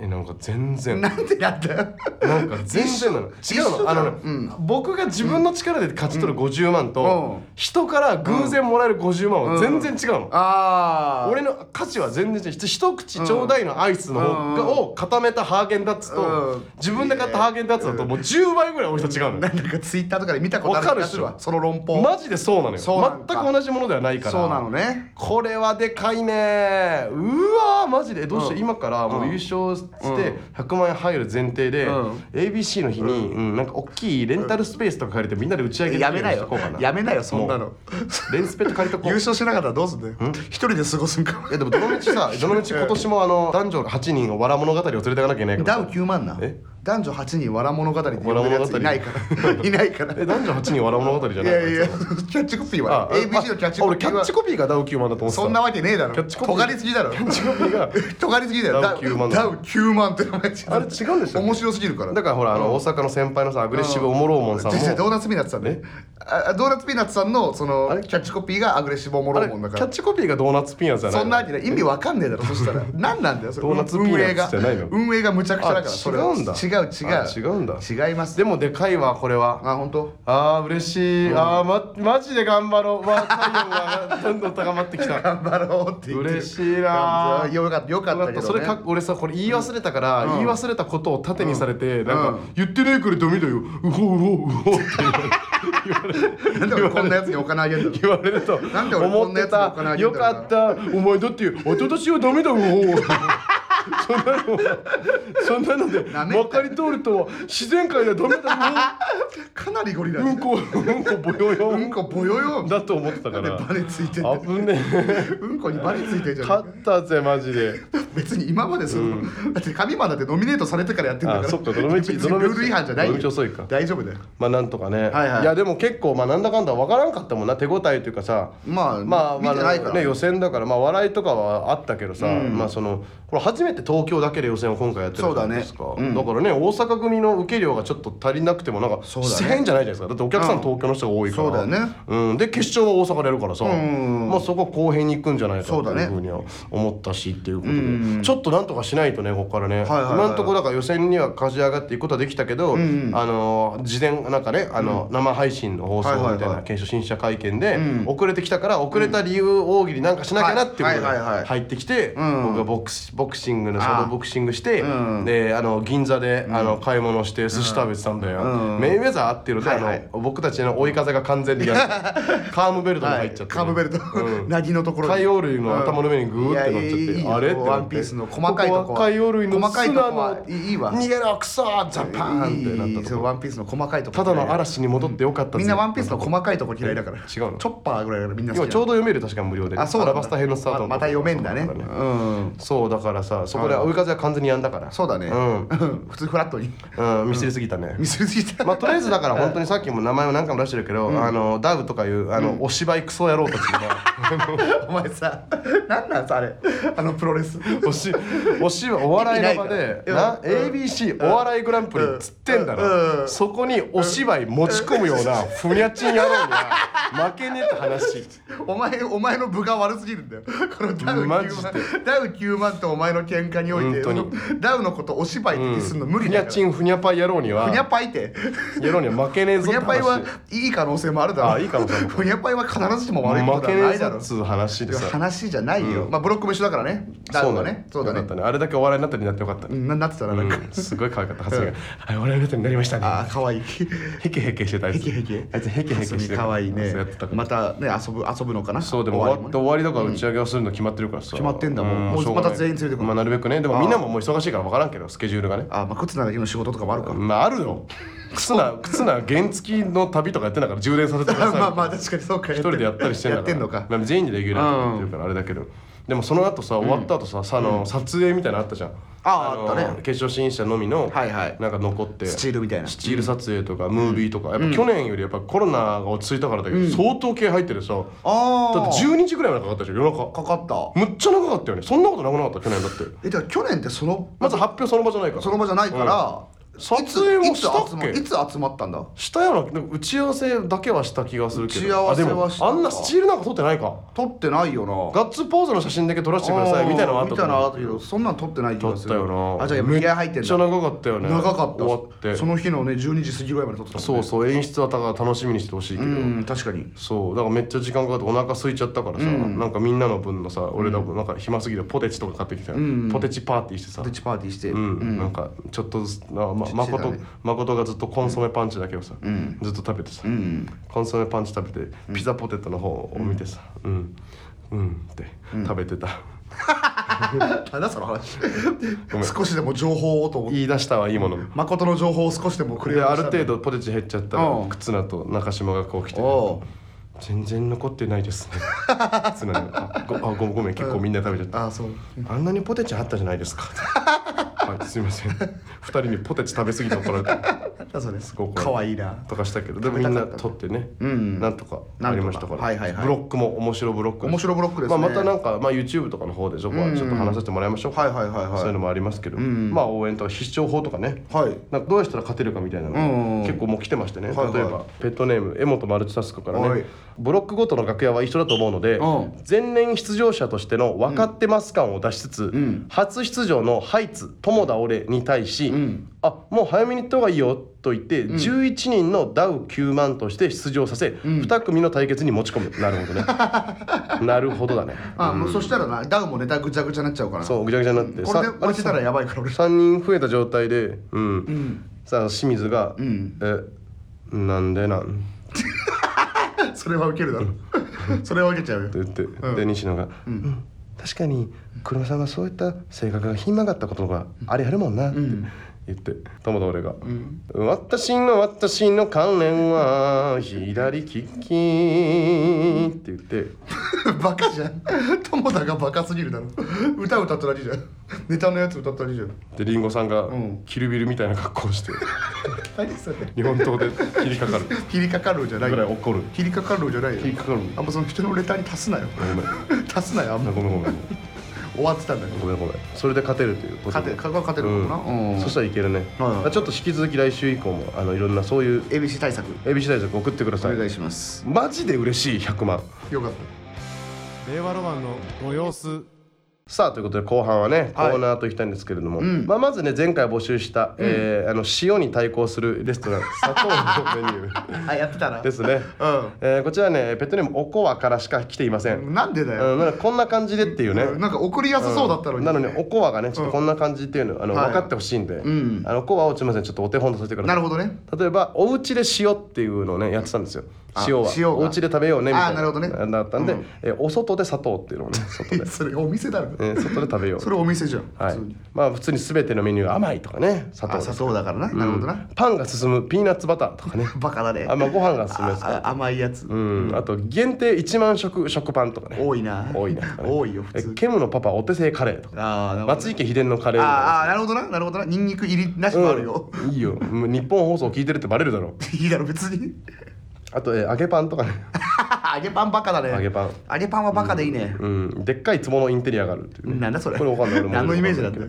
Speaker 1: え なんか全然
Speaker 2: なんでなんだよ
Speaker 1: なんか全然なの
Speaker 2: 一
Speaker 1: 違
Speaker 2: 緒
Speaker 1: うのあのね、
Speaker 2: 一緒じゃん
Speaker 1: 僕が自分の力で勝ち取る50万と、
Speaker 2: うん
Speaker 1: 人から偶然もらえる50万は全然違うの、
Speaker 2: ああ
Speaker 1: 俺の価値は全然違う一口ちょうだいのアイスの方が
Speaker 2: うん
Speaker 1: を固めたハーゲンダッツと、
Speaker 2: うん
Speaker 1: 自分で買ったハーゲンダッツだともう10倍ぐらい大きさ違うのよ
Speaker 2: なんかツイッターとかで見たことある
Speaker 1: わかるっ
Speaker 2: 気が
Speaker 1: しょ
Speaker 2: するわその論法
Speaker 1: マジでそうなのよ
Speaker 2: そうなん
Speaker 1: 全
Speaker 2: か
Speaker 1: く同じものではないから
Speaker 2: そうなのね
Speaker 1: これはでかいねうわーマジでえどうして、
Speaker 2: うん
Speaker 1: 今からもう優勝して100万円入る前提で、
Speaker 2: うん
Speaker 1: ABC の日に、うんなんか大きいレンタルスペースとか借りてみんなで打ち上げ
Speaker 2: やめな
Speaker 1: しと
Speaker 2: よ
Speaker 1: こうかな
Speaker 2: やめなよそんな
Speaker 1: も
Speaker 2: の
Speaker 1: うレンスペと借りとこう
Speaker 2: 優勝しなかったらどうすんだよ一人で過ごすんか
Speaker 1: いやでもどの道さどの道今年もあの男女8人をわら物語を連れていかなきゃいけないか
Speaker 2: ダウ
Speaker 1: ら
Speaker 2: 9万な
Speaker 1: え
Speaker 2: 男女8人わら物語って呼んでるやついな いからいないから
Speaker 1: え男女8人わら物語じゃ
Speaker 2: い
Speaker 1: ない
Speaker 2: やいや
Speaker 1: あいつ
Speaker 2: キャッチコピー
Speaker 1: あ
Speaker 2: は
Speaker 1: あ
Speaker 2: ABC のキャッチコ
Speaker 1: 俺
Speaker 2: ピ
Speaker 1: キャ
Speaker 2: ー
Speaker 1: ッ
Speaker 2: は
Speaker 1: チコピーがダウ9万だと思ってた
Speaker 2: そんなわけねえだろ
Speaker 1: キャッチコピー
Speaker 2: 尖りすぎだろ
Speaker 1: キャッチコピーが
Speaker 2: 尖りすぎだ
Speaker 1: ダ
Speaker 2: よダ
Speaker 1: ウ
Speaker 2: ウ
Speaker 1: 9万だ
Speaker 2: ダウ9万って名前
Speaker 1: あれ違うんでしょ
Speaker 2: 面白すぎるから
Speaker 1: だからほらあの大阪の先輩のさアグレッシブおもろーもん さんも
Speaker 2: 実際ドーナツピーナッツさんねあドーナツピーナッツさんのそのキャッチコピーがアグレッシブおも
Speaker 1: あ
Speaker 2: ろ
Speaker 1: れ
Speaker 2: い
Speaker 1: キ
Speaker 2: もん
Speaker 1: ャ
Speaker 2: だか
Speaker 1: ッ
Speaker 2: ら
Speaker 1: チコピーがドーナツピーナッツじゃない
Speaker 2: そんなわけで意味わかんねえだろそし たら何なんだよそれ
Speaker 1: ドーナツピーナッツじゃないの
Speaker 2: 運営が運営がむちゃくちゃだから
Speaker 1: あ
Speaker 2: それは
Speaker 1: 違うんだあ
Speaker 2: 違う違う
Speaker 1: 違うんだ
Speaker 2: 違います
Speaker 1: でもでかいわこれは
Speaker 2: あ本当
Speaker 1: あー嬉しい、あーまマジで頑張ろうわー太陽がどんどん高まってきた
Speaker 2: 頑張ろうって言ってる
Speaker 1: 嬉しいなあ
Speaker 2: よかったよか
Speaker 1: よ
Speaker 2: っ
Speaker 1: か
Speaker 2: た
Speaker 1: っ
Speaker 2: けど
Speaker 1: た
Speaker 2: ね
Speaker 1: それか俺さこれ言い忘れたから、
Speaker 2: うん
Speaker 1: 言い忘れたことを盾にされて、
Speaker 2: うん
Speaker 1: なんか
Speaker 2: う、ん
Speaker 1: 言ってねえくれダメだようほうほうほうって
Speaker 2: なんで俺こんなやつにお金あげるんだろ
Speaker 1: 言われると
Speaker 2: なんで俺こ
Speaker 1: 思
Speaker 2: ん
Speaker 1: っ
Speaker 2: な
Speaker 1: て
Speaker 2: やつにお
Speaker 1: た
Speaker 2: 金あげて
Speaker 1: よ
Speaker 2: んだろうな
Speaker 1: かったお前だって一昨年はダメだ よそんなのそんなので
Speaker 2: なめんな
Speaker 1: 分かり通るとは自然界ではダメだ
Speaker 2: うかなりゴリラ
Speaker 1: ようんこうんこぼよよ
Speaker 2: うんこぼよよ
Speaker 1: だと思ってたか
Speaker 2: なんで
Speaker 1: ら
Speaker 2: バネついてんだよ
Speaker 1: 危ねえ
Speaker 2: うんこにバネついてんじゃん
Speaker 1: 勝ったぜマジで
Speaker 2: 別に今までその、だって神マンだってノミネートされてからやってんだから
Speaker 1: あそっかどの道
Speaker 2: 別に
Speaker 1: どの道
Speaker 2: ルール違反じゃないよ
Speaker 1: どの道遅いか
Speaker 2: 大丈夫だよ
Speaker 1: まあなんとかね、
Speaker 2: はいはい
Speaker 1: やでも結構まあなんだかんだ分からんかったもんな手応えというかさ
Speaker 2: まあ
Speaker 1: まあ、
Speaker 2: 見
Speaker 1: まあ
Speaker 2: てないから
Speaker 1: ね、予選だから、まあ、笑いとかはあったけどさ、まあそのこれ初めて東京だけで予選を今回やってるじゃないですか
Speaker 2: そ
Speaker 1: だ,、
Speaker 2: うだねうん
Speaker 1: からね大阪組の受け量がちょっと足りなくてもなんか
Speaker 2: そうだね
Speaker 1: 変じゃないじゃないですかだってお客さん東京の人が多いから、
Speaker 2: そうだよね
Speaker 1: うん、で決勝は大阪でやるからさ、
Speaker 2: ん
Speaker 1: まあ、そこは後編に行くんじゃないか
Speaker 2: そう
Speaker 1: と
Speaker 2: だ
Speaker 1: い
Speaker 2: ね
Speaker 1: うふうには思ったしっていうことで、
Speaker 2: うん
Speaker 1: ちょっとなんとかしないとねここからね、
Speaker 2: はいはいはい
Speaker 1: 今のところだから予選には勝ち上がっていくことはできたけど、
Speaker 2: ん
Speaker 1: あの事前なんかねあの、生配信の放送みたいな、
Speaker 2: はいはいはい
Speaker 1: 検証審査会見で、
Speaker 2: うん
Speaker 1: 遅れてきたから遅れた理由大喜利なんかしなきゃなっていうことで
Speaker 2: はいはいはいはい
Speaker 1: 入ってきて、
Speaker 2: うん
Speaker 1: 僕がボクシボクシンググのシャドーボクシングして、
Speaker 2: うん
Speaker 1: であの銀座で、あの買い物して寿司食べてたんだよ、
Speaker 2: うん
Speaker 1: メインウェザー合ってるで、
Speaker 2: はいはい
Speaker 1: あの僕たちの追い風が完全にや るカームベルトに
Speaker 2: は
Speaker 1: 入
Speaker 2: い
Speaker 1: っちゃってる、
Speaker 2: カーブベル ト
Speaker 1: うん
Speaker 2: なぎのところに
Speaker 1: 海洋類の頭の上にグーって乗っちゃって、
Speaker 2: うんいやいやいいよ
Speaker 1: あれってなって
Speaker 2: ワンピースの細かいとこは
Speaker 1: こは海洋類の
Speaker 2: 細かい
Speaker 1: 砂
Speaker 2: とこは
Speaker 1: の
Speaker 2: いいいわ
Speaker 1: 逃げろクソザパーンって
Speaker 2: いい
Speaker 1: なった
Speaker 2: そ
Speaker 1: と
Speaker 2: う
Speaker 1: こ
Speaker 2: ワンピースの細かいとこ
Speaker 1: ただの嵐に戻ってよかったぜ
Speaker 2: みんなワンピースの細かいとこ嫌いだから
Speaker 1: 違うの
Speaker 2: チョッパーぐらいだからみんな好き
Speaker 1: 今
Speaker 2: な
Speaker 1: ちょうど読める確か無料で
Speaker 2: あそう
Speaker 1: ア
Speaker 2: だ
Speaker 1: ラバスタ編のスタートの
Speaker 2: ままた読めんだね
Speaker 1: そう
Speaker 2: うん
Speaker 1: そうだからさそこで追い風は完全にやんだから
Speaker 2: そうだね
Speaker 1: うん、
Speaker 2: 普通フラットに
Speaker 1: うん、ミスりすぎたね
Speaker 2: ミスりすぎた
Speaker 1: まあとりあえずだから本当にさっきも名前を何回も出してるけど、あのダウとかいうあの、お芝居クソ野郎たち が
Speaker 2: お前さなんなんさあれあのプロレス
Speaker 1: おしおしお笑いの場
Speaker 2: 意味ない
Speaker 1: で
Speaker 2: から
Speaker 1: な、
Speaker 2: うん
Speaker 1: ABC お笑いグランプリっつってんだろ、
Speaker 2: うん
Speaker 1: そこにお芝居持ち込むようなふにゃちん野郎が負けねえって話
Speaker 2: お前お前の部が悪すぎるんだよこのダウ
Speaker 1: マ
Speaker 2: 9
Speaker 1: ジ
Speaker 2: 万
Speaker 1: で
Speaker 2: ダウ9万とお前の喧嘩において
Speaker 1: 本当
Speaker 2: ダウのことお芝居ってディスんの無理
Speaker 1: ふにゃ
Speaker 2: だから
Speaker 1: ちんふにゃパイ野郎には
Speaker 2: ふにゃぱいって
Speaker 1: 野郎には負けねえぞ
Speaker 2: ふ
Speaker 1: っ
Speaker 2: に
Speaker 1: て
Speaker 2: ゃぱい
Speaker 1: 話
Speaker 2: はいい可能性もあるだろ
Speaker 1: あいい可能性も
Speaker 2: ふにゃぱいは必ずしも悪いこ
Speaker 1: 負
Speaker 2: とで
Speaker 1: け
Speaker 2: は
Speaker 1: ね
Speaker 2: な
Speaker 1: え
Speaker 2: い
Speaker 1: ぞ
Speaker 2: だろ
Speaker 1: っつう話でさ
Speaker 2: 話じゃないよ、まあブロックも一緒だからねダウはねそうだ
Speaker 1: よか
Speaker 2: ね
Speaker 1: ったねあれだけお笑いになったりなってよかった
Speaker 2: う
Speaker 1: ね、
Speaker 2: んななってたらなんか、
Speaker 1: うんすごい可愛かった発言が「はいお笑いになったりになりましたね」
Speaker 2: ああ可愛い
Speaker 1: ヘケヘケしてたあいつ
Speaker 2: ヘケヘケ
Speaker 1: あいつヘケヘケして
Speaker 2: 可愛いね
Speaker 1: そうやってたから
Speaker 2: またね遊ぶ遊ぶのかな
Speaker 1: そうでも
Speaker 2: 終
Speaker 1: 終わっ
Speaker 2: わりもね
Speaker 1: て終わりだから打ち上げをするの決まってるからさ
Speaker 2: 決まってんだもんもう
Speaker 1: しょがない
Speaker 2: また全員連れてくる
Speaker 1: まあなるべくねでもみんなももう忙しいから分からんけどスケジュールがね
Speaker 2: あまあ靴ならの仕事とかもあるから、
Speaker 1: まああるよ 忽那忽那原付きの旅とかやってんだから充電させてください
Speaker 2: まあまあ確かにそうか
Speaker 1: 一人でやったりしてんだ
Speaker 2: や
Speaker 1: か
Speaker 2: っ
Speaker 1: ら
Speaker 2: てんのか
Speaker 1: まあ全員でレギュラーとかやってるからあれだけど、でもその後さ終わった後さ、さあの撮影みたいなのあったじゃん
Speaker 2: あー
Speaker 1: の
Speaker 2: あったね
Speaker 1: 決勝進出者のみの、
Speaker 2: はいはい
Speaker 1: なんか残って
Speaker 2: スチールみたいな
Speaker 1: スチール撮影とかムービーとか、やっぱ去年よりやっぱコロナが落ち着いたからだけど、相当系入ってるさだって
Speaker 2: ああ
Speaker 1: 10日ぐらいまでかかったでしょ夜中
Speaker 2: かかった
Speaker 1: むっちゃ長かったよねそんなことなくなかった去年だって
Speaker 2: えだから去年ってその
Speaker 1: まず発表その場じゃないから
Speaker 2: その場じゃないから、いつ
Speaker 1: 撮影もしたっけ
Speaker 2: いつ集まいつ集まったんだ
Speaker 1: したようなでも打ち合わせだけはした気がするけど
Speaker 2: 打ち合わせ
Speaker 1: あ
Speaker 2: は
Speaker 1: でも
Speaker 2: したか
Speaker 1: あんなスチールなんか撮ってないか
Speaker 2: 撮ってないよな
Speaker 1: ガッツポーズの写真だけ撮らせてくださいみたいなのはあった
Speaker 2: みた
Speaker 1: と
Speaker 2: いなのあっ
Speaker 1: 思う
Speaker 2: たけどそんなん撮ってない気
Speaker 1: 撮
Speaker 2: が
Speaker 1: っ
Speaker 2: す
Speaker 1: た
Speaker 2: る
Speaker 1: よな
Speaker 2: あじゃあやっぱ気合入って
Speaker 1: め
Speaker 2: ん
Speaker 1: っちゃ
Speaker 2: だ
Speaker 1: 長かったよね
Speaker 2: 長かった
Speaker 1: 終わって
Speaker 2: その日のね12時過ぎぐらいまで撮ってたもんね
Speaker 1: そうそう演出はだから楽しみにしてほしいけど、
Speaker 2: うん確かに
Speaker 1: そうだからめっちゃ時間かかってお腹空いちゃったからさ、なんかみんなの分のさ俺らもなんか暇すぎてポテチとか買ってきて、ポテチパーティーしてさ
Speaker 2: でチパーティーして、
Speaker 1: うんなんかちょっとずつなま
Speaker 2: ちしてた
Speaker 1: 誠
Speaker 2: ね
Speaker 1: 誠がずっとコンソメパンチだけをさ、ずっと食べてさ、コンソメパンチ食べてピザポテトの方を見てさうんうん、って食べてた、
Speaker 2: なんだその話
Speaker 1: ごめん
Speaker 2: 少しでも情報をと思って
Speaker 1: 言い出したはいいものの
Speaker 2: 誠の情報を少しでもくれ
Speaker 1: で
Speaker 2: よう
Speaker 1: ある
Speaker 2: としたんだ
Speaker 1: 程度ポテチ減っちゃったら
Speaker 2: うん
Speaker 1: 忽那と中島がこう来て
Speaker 2: おう
Speaker 1: 全然残ってないですね 忽那にあごあごごめん結構みんな食べちゃった
Speaker 2: ああそう
Speaker 1: あんなにポテチあったじゃないです かはいすいません2人にポテチ食べ過ぎて怒られた
Speaker 2: なんだそれ
Speaker 1: ごい
Speaker 2: かわいいな
Speaker 1: とかしたけどでもみんな取ってね
Speaker 2: うん
Speaker 1: なんとか
Speaker 2: なんとか
Speaker 1: ありましたから
Speaker 2: はいはいはい
Speaker 1: ブロックも面白ブロックです
Speaker 2: 面白ブロックです
Speaker 1: まあ、
Speaker 2: ね
Speaker 1: またなんか、まあ、YouTube とかの方でそこはちょっと話させてもらいましょうか
Speaker 2: はいはいはいはい
Speaker 1: そういうのもありますけど、まあ応援とか必勝法とかね
Speaker 2: はい
Speaker 1: なんかどうしたら勝てるかみたいなのが
Speaker 2: うんうんうん
Speaker 1: 結構もう来てましてね、
Speaker 2: はいはい
Speaker 1: 例えばペットネーム江本マルチタスクからね、
Speaker 2: はい
Speaker 1: ブロックごとの楽屋は一緒だと思うので、
Speaker 2: うん
Speaker 1: 前年出場者としての分かってます感を出しつつ、
Speaker 2: ん
Speaker 1: 初出場のハイツ友田俺に対し、
Speaker 2: ん
Speaker 1: あもう早めに行った方がいいよと言って、11人のダウ9万として出場させ、2組の対決に持ち込むなるほどね なるほどだね
Speaker 2: あもうそしたらなダウもネタぐちゃぐちゃになっちゃうから
Speaker 1: そうぐちゃぐちゃになって
Speaker 2: こ
Speaker 1: さ
Speaker 2: れで落ちたらやばいから俺
Speaker 1: 3人増えた状態で、うんさあ清水が「
Speaker 2: ん
Speaker 1: えなんでなん?」って
Speaker 2: それはウケるだろそれはウケちゃうよ
Speaker 1: 言って、で西野が「うん、確かに車さんはそういった性格がひん曲がったことがあれあるもんな」って言って友田俺が、私の私の関連は左利き」って言って
Speaker 2: バカじゃん友田がバカすぎるだろ歌歌ったらいいじゃんネタのやつ歌ったらいいじゃん
Speaker 1: でリンゴさんが、
Speaker 2: ん
Speaker 1: キルビルみたいな格好をして
Speaker 2: 何それ
Speaker 1: 日本刀で切りかかる
Speaker 2: 切りかかるじゃない
Speaker 1: ぐらい怒る
Speaker 2: 切りかかるじゃないよ
Speaker 1: 切りかかる
Speaker 2: あんまその人のネタに足すなよ
Speaker 1: ごめんご
Speaker 2: 足すなよあんま
Speaker 1: めんごめんごめん
Speaker 2: 終わってたんだよ
Speaker 1: ごめんごめんそれで勝てるということ
Speaker 2: 勝て
Speaker 1: で
Speaker 2: る勝てるのかな
Speaker 1: うん
Speaker 2: うん
Speaker 1: そしたらいけるね、
Speaker 2: はいはい
Speaker 1: あちょっと引き続き来週以降もあのいろんなそういう
Speaker 2: ABC 対策
Speaker 1: エビ次第作送ってくだ
Speaker 2: お
Speaker 1: さい
Speaker 2: 願いします
Speaker 1: マジで嬉しい100万
Speaker 2: よかった
Speaker 3: 令和ロマンのご様子
Speaker 1: さあということで後半はねコーナーといきたいんですけれども、まあ、まずね前回募集した、えーあの塩に対抗するレス トラン砂糖のメニュー
Speaker 2: あやってたな
Speaker 1: ですね、
Speaker 2: うん
Speaker 1: えーこちらねペットネームおこわからしか来ていません、うん
Speaker 2: なんでだよ、
Speaker 1: なんかこんな感じでっていうね、
Speaker 2: なんか送りやすそうだったのに、
Speaker 1: なのにおこわがねちょっとこんな感じっていうの、あの
Speaker 2: はい
Speaker 1: 分かってほしいんで、
Speaker 2: ん
Speaker 1: あのおこわをちませんちょっとお手本とさせてくださ
Speaker 2: ないるほどね
Speaker 1: 例えばお家で塩っていうのをねやってたんですよ
Speaker 2: あ
Speaker 1: 塩は
Speaker 2: 塩が
Speaker 1: お家で食べようねみたいな
Speaker 2: あなるほどね、
Speaker 1: だったんで、えーお外で砂糖っていうのをね外で
Speaker 2: それお店だろ、
Speaker 1: えー外で食べよう
Speaker 2: それお店じゃん、
Speaker 1: はい
Speaker 2: 普通に、
Speaker 1: まあ普通に全てのメニューが甘いとかね砂糖
Speaker 2: あ砂糖だからな、なるほどな
Speaker 1: パンが進むピーナッツバターとかね
Speaker 2: バカだね
Speaker 1: あ、まあ、ご飯が進むやつ
Speaker 2: ああ甘いやつ、
Speaker 1: うんあと限定1万食食パンとかね
Speaker 2: 多いな
Speaker 1: 多いな、
Speaker 2: 多いよ普通
Speaker 1: えケムのパパお手製カレーとか
Speaker 2: あーなるほど
Speaker 1: 松池秘伝のカレーとか
Speaker 2: あーあーなるほどななるほどなニンニク入りなしもあるよ、
Speaker 1: うんいいよもう日本放送聞いてるってバレるだろ
Speaker 2: いいだろ別に
Speaker 1: あと、えー揚げパンとかね
Speaker 2: 揚げパンバカだね
Speaker 1: 揚げパン
Speaker 2: 揚げパンはバカでいいね、
Speaker 1: うんでっかい壺のインテリアがあるっていうね
Speaker 2: なんだそれ
Speaker 1: これわかんない俺も
Speaker 2: 何のイメージだった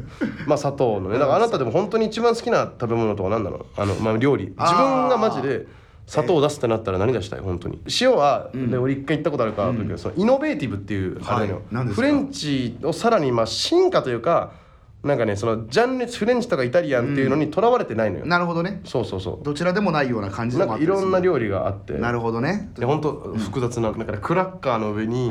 Speaker 1: まあ砂糖のねだからあなたでも本当に一番好きな食べ物とか何なのあの、まあ、料理自
Speaker 2: あー
Speaker 1: 分がマジで砂糖を出すってなったら何出したい本当に塩は、で俺一回行ったことあるから、だけどそのイノベーティブっていうあれだよ、
Speaker 2: 何ですか
Speaker 1: フレンチをさらにまあ進化というかなんかねそのジャンルフレンチとかイタリアンっていうのにとらわれてないのよ、
Speaker 2: なるほどね
Speaker 1: そうそうそ
Speaker 2: どちらでもないような感じ
Speaker 1: うな
Speaker 2: で
Speaker 1: ん
Speaker 2: もあ
Speaker 1: か
Speaker 2: った
Speaker 1: い
Speaker 2: りす
Speaker 1: ろんな料理があって
Speaker 2: なるほどね
Speaker 1: で本当複雑なだからクラッカーの上に、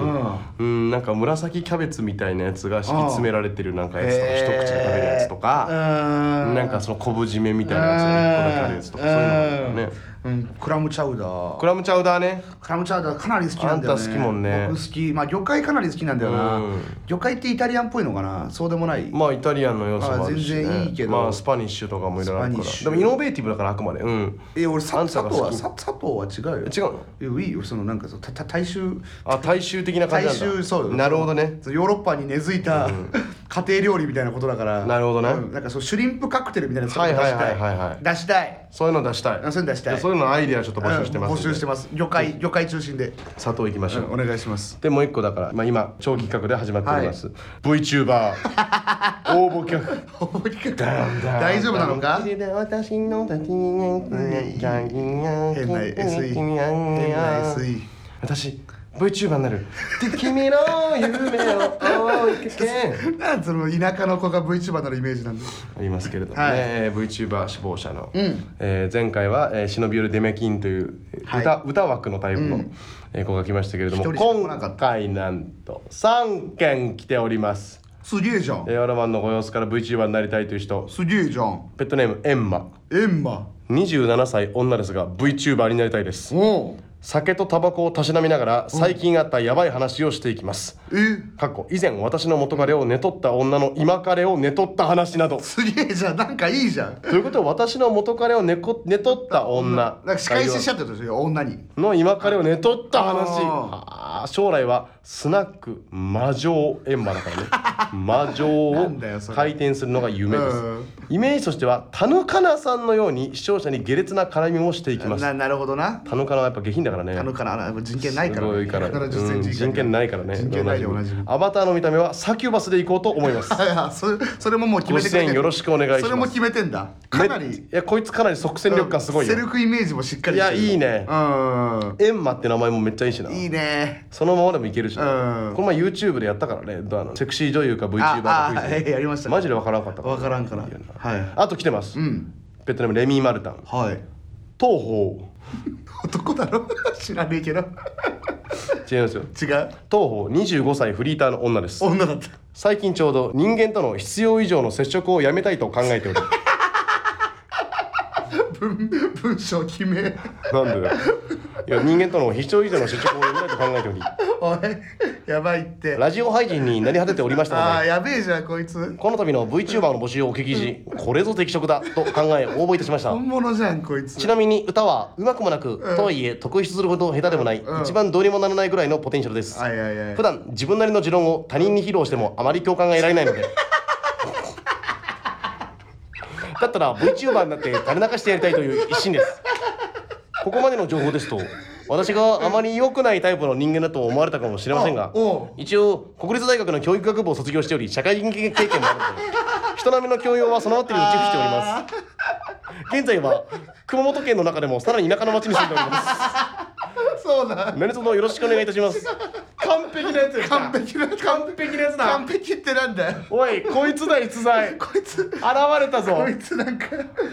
Speaker 1: うん、なんか紫キャベツみたいなやつが敷き詰められてるなんかやつとか、
Speaker 2: へー
Speaker 1: 一口で食べるやつと
Speaker 2: う
Speaker 1: か、
Speaker 2: ーん
Speaker 1: なんかその昆布締めみたいなやつが一個だけあるやつとか、そういうのがあるね。
Speaker 2: うんうんクラムチャウダー
Speaker 1: クラムチャウダーね。
Speaker 2: クラムチャウダーかなり好きなんだよ
Speaker 1: あん
Speaker 2: ね
Speaker 1: た好きもんね
Speaker 2: 僕好きまあ魚介かなり好きなんだよな
Speaker 1: うん
Speaker 2: 魚介ってイタリアンっぽいのかなそうでもない
Speaker 1: まあイタリアンの要素もあるし、ね、
Speaker 2: あ全然いいけど
Speaker 1: まあスパニッシュとかもいろいろあるか
Speaker 2: スパニッシュ
Speaker 1: ら。でもイノベーティブだからあくまで。うん。
Speaker 2: え俺さ
Speaker 1: あん
Speaker 2: 佐
Speaker 1: たが
Speaker 2: 藤
Speaker 1: 好
Speaker 2: は
Speaker 1: き
Speaker 2: さ佐藤は違うよ
Speaker 1: 違うの
Speaker 2: えウィーよそのなんかそうたた大衆
Speaker 1: あ、大衆的な感じなんだ。
Speaker 2: 大衆そうよ
Speaker 1: なるほどね。
Speaker 2: そうヨーロッパに根付いた、 家庭料理みたいなことだから
Speaker 1: なるほどね
Speaker 2: うんなんかそうシュリンプカクテルみたいなやつとか
Speaker 1: はい
Speaker 2: 出
Speaker 1: はい
Speaker 2: したい,、
Speaker 1: はいはいはい
Speaker 2: 出したい
Speaker 1: そういうの出したい。
Speaker 2: あそういうの出したい
Speaker 1: じゃあそういうのアイディアちょっと募集してますん
Speaker 2: うん
Speaker 1: で。
Speaker 2: 募集してます魚介魚介中心で、
Speaker 1: 砂糖いきましょう。
Speaker 2: お願いします
Speaker 1: でもう一個だから、まあ、今長期企画で始まっております、VTuber 応募企画
Speaker 2: 大丈夫なのか
Speaker 1: 変な SE
Speaker 2: 変な SE
Speaker 1: 私 VTuber にな るで君の夢を追いか け
Speaker 2: なんその田舎の子が VTuber なるイメージなんで
Speaker 1: ありますけれどもね、
Speaker 2: はい
Speaker 1: えー VTuber 志望者の、
Speaker 2: ん
Speaker 1: えー前回は、えー、忍び寄るデメキンという
Speaker 2: はい
Speaker 1: 歌,、歌枠のタイプの、えー子が来ましたけれども
Speaker 2: 一人しか来なか
Speaker 1: 今
Speaker 2: った
Speaker 1: 回なんと3件来ております
Speaker 2: すげえじゃん
Speaker 1: エアロマンのご様子から VTuber になりたいという人
Speaker 2: すげえじゃん
Speaker 1: ペットネームエンマ
Speaker 2: エンマ
Speaker 1: 27歳女ですが VTuber になりたいです
Speaker 2: おう
Speaker 1: 酒とタバコをたしなみながら最近あったヤバい話をしていきます
Speaker 2: え
Speaker 1: 過去以前私の元彼を寝取った女の今彼を寝取った話など
Speaker 2: すげえじゃんなんかいいじゃん
Speaker 1: ということは私の元彼を寝こ寝取った女
Speaker 2: なんか仕返ししちゃってたでしょ女に
Speaker 1: の今彼を寝取った話
Speaker 2: あ
Speaker 1: あー将来はスナック魔女エンマだ からね魔女
Speaker 2: な
Speaker 1: を
Speaker 2: んだよそれ
Speaker 1: 回転するのが夢です
Speaker 2: うん
Speaker 1: イメージとしては田ヌカナさんのように視聴者に下劣な絡みもしていきます
Speaker 2: ななるほどな
Speaker 1: 田ヌカナはやっぱ下品だからね
Speaker 2: あのからあの人権ないから
Speaker 1: すごいから
Speaker 2: 170セ
Speaker 1: う
Speaker 2: ン
Speaker 1: ん
Speaker 2: チ以下
Speaker 1: 人権ないからね
Speaker 2: 人権ないで同じみ
Speaker 1: アバターの見た目はサキュバスでいこうと思います
Speaker 2: はいはいそれそれももう決めて
Speaker 1: ご出演よろしくお願いします
Speaker 2: それも決めてんだ かな
Speaker 1: めっ
Speaker 2: り
Speaker 1: いやこいつかなり即戦力感すごい
Speaker 2: セ
Speaker 1: よ
Speaker 2: ルフイメージもしっかり
Speaker 1: いやいいね
Speaker 2: うん
Speaker 1: エンマって名前もめっちゃいいしない
Speaker 2: いね
Speaker 1: そのままでもいけるしね、
Speaker 2: うん
Speaker 1: この前 YouTube でやったからねどうあのセクシー女優か VTuber
Speaker 2: あ
Speaker 1: か
Speaker 2: あはいやりました
Speaker 1: マジでわからんかった
Speaker 2: わからんから
Speaker 1: いいよな
Speaker 2: はい
Speaker 1: あと来てます、
Speaker 2: うん
Speaker 1: ペットネームレミー・マルタン
Speaker 2: はい
Speaker 1: 東方
Speaker 2: 男だろ 知らねえけど違う
Speaker 1: 違いますよ東方25歳フリーターの女です
Speaker 2: 女だった
Speaker 1: 最近ちょうど人間との必要以上の接触をやめたいと考えており
Speaker 2: 文文章決め
Speaker 1: なんでだよいや人間との必要以上の接触をやめたいと考えており
Speaker 2: おいやばいって
Speaker 1: ラジオ配信になり果てておりましたので
Speaker 2: ああやべえじゃんこいつ
Speaker 1: この度の VTuber の募集をお聞きしこれぞ適職だと考え応募いたしました
Speaker 2: 本物じゃんこいつ
Speaker 1: ちなみに歌はうまくもなく、とはいえ特筆するほど下手でもない、
Speaker 2: うん
Speaker 1: 一番どうにもならないぐらいのポテンシャルです、
Speaker 2: はいはいはい
Speaker 1: 普段自分なりの持論を他人に披露してもあまり共感が得られない のでだったら VTuber になって垂れ流してやりたいという一心ですここまでの情報ですと私があまり良くないタイプの人間だと思われたかもしれませんが
Speaker 2: あおう
Speaker 1: 一応国立大学の教育学部を卒業しており社会人経験もあるので人並みの教養は備わっている自負しております現在は熊本県の中でもさらに田舎の町に住んでおります
Speaker 2: そうだ
Speaker 1: 何卒よろしくお願いいたします完璧なやつでした
Speaker 2: 完璧な
Speaker 1: 完璧なやつだ
Speaker 2: 完璧ってなんだよ
Speaker 1: おいこいつだ逸材現
Speaker 2: こいつ
Speaker 1: れたぞ
Speaker 2: こいつなんか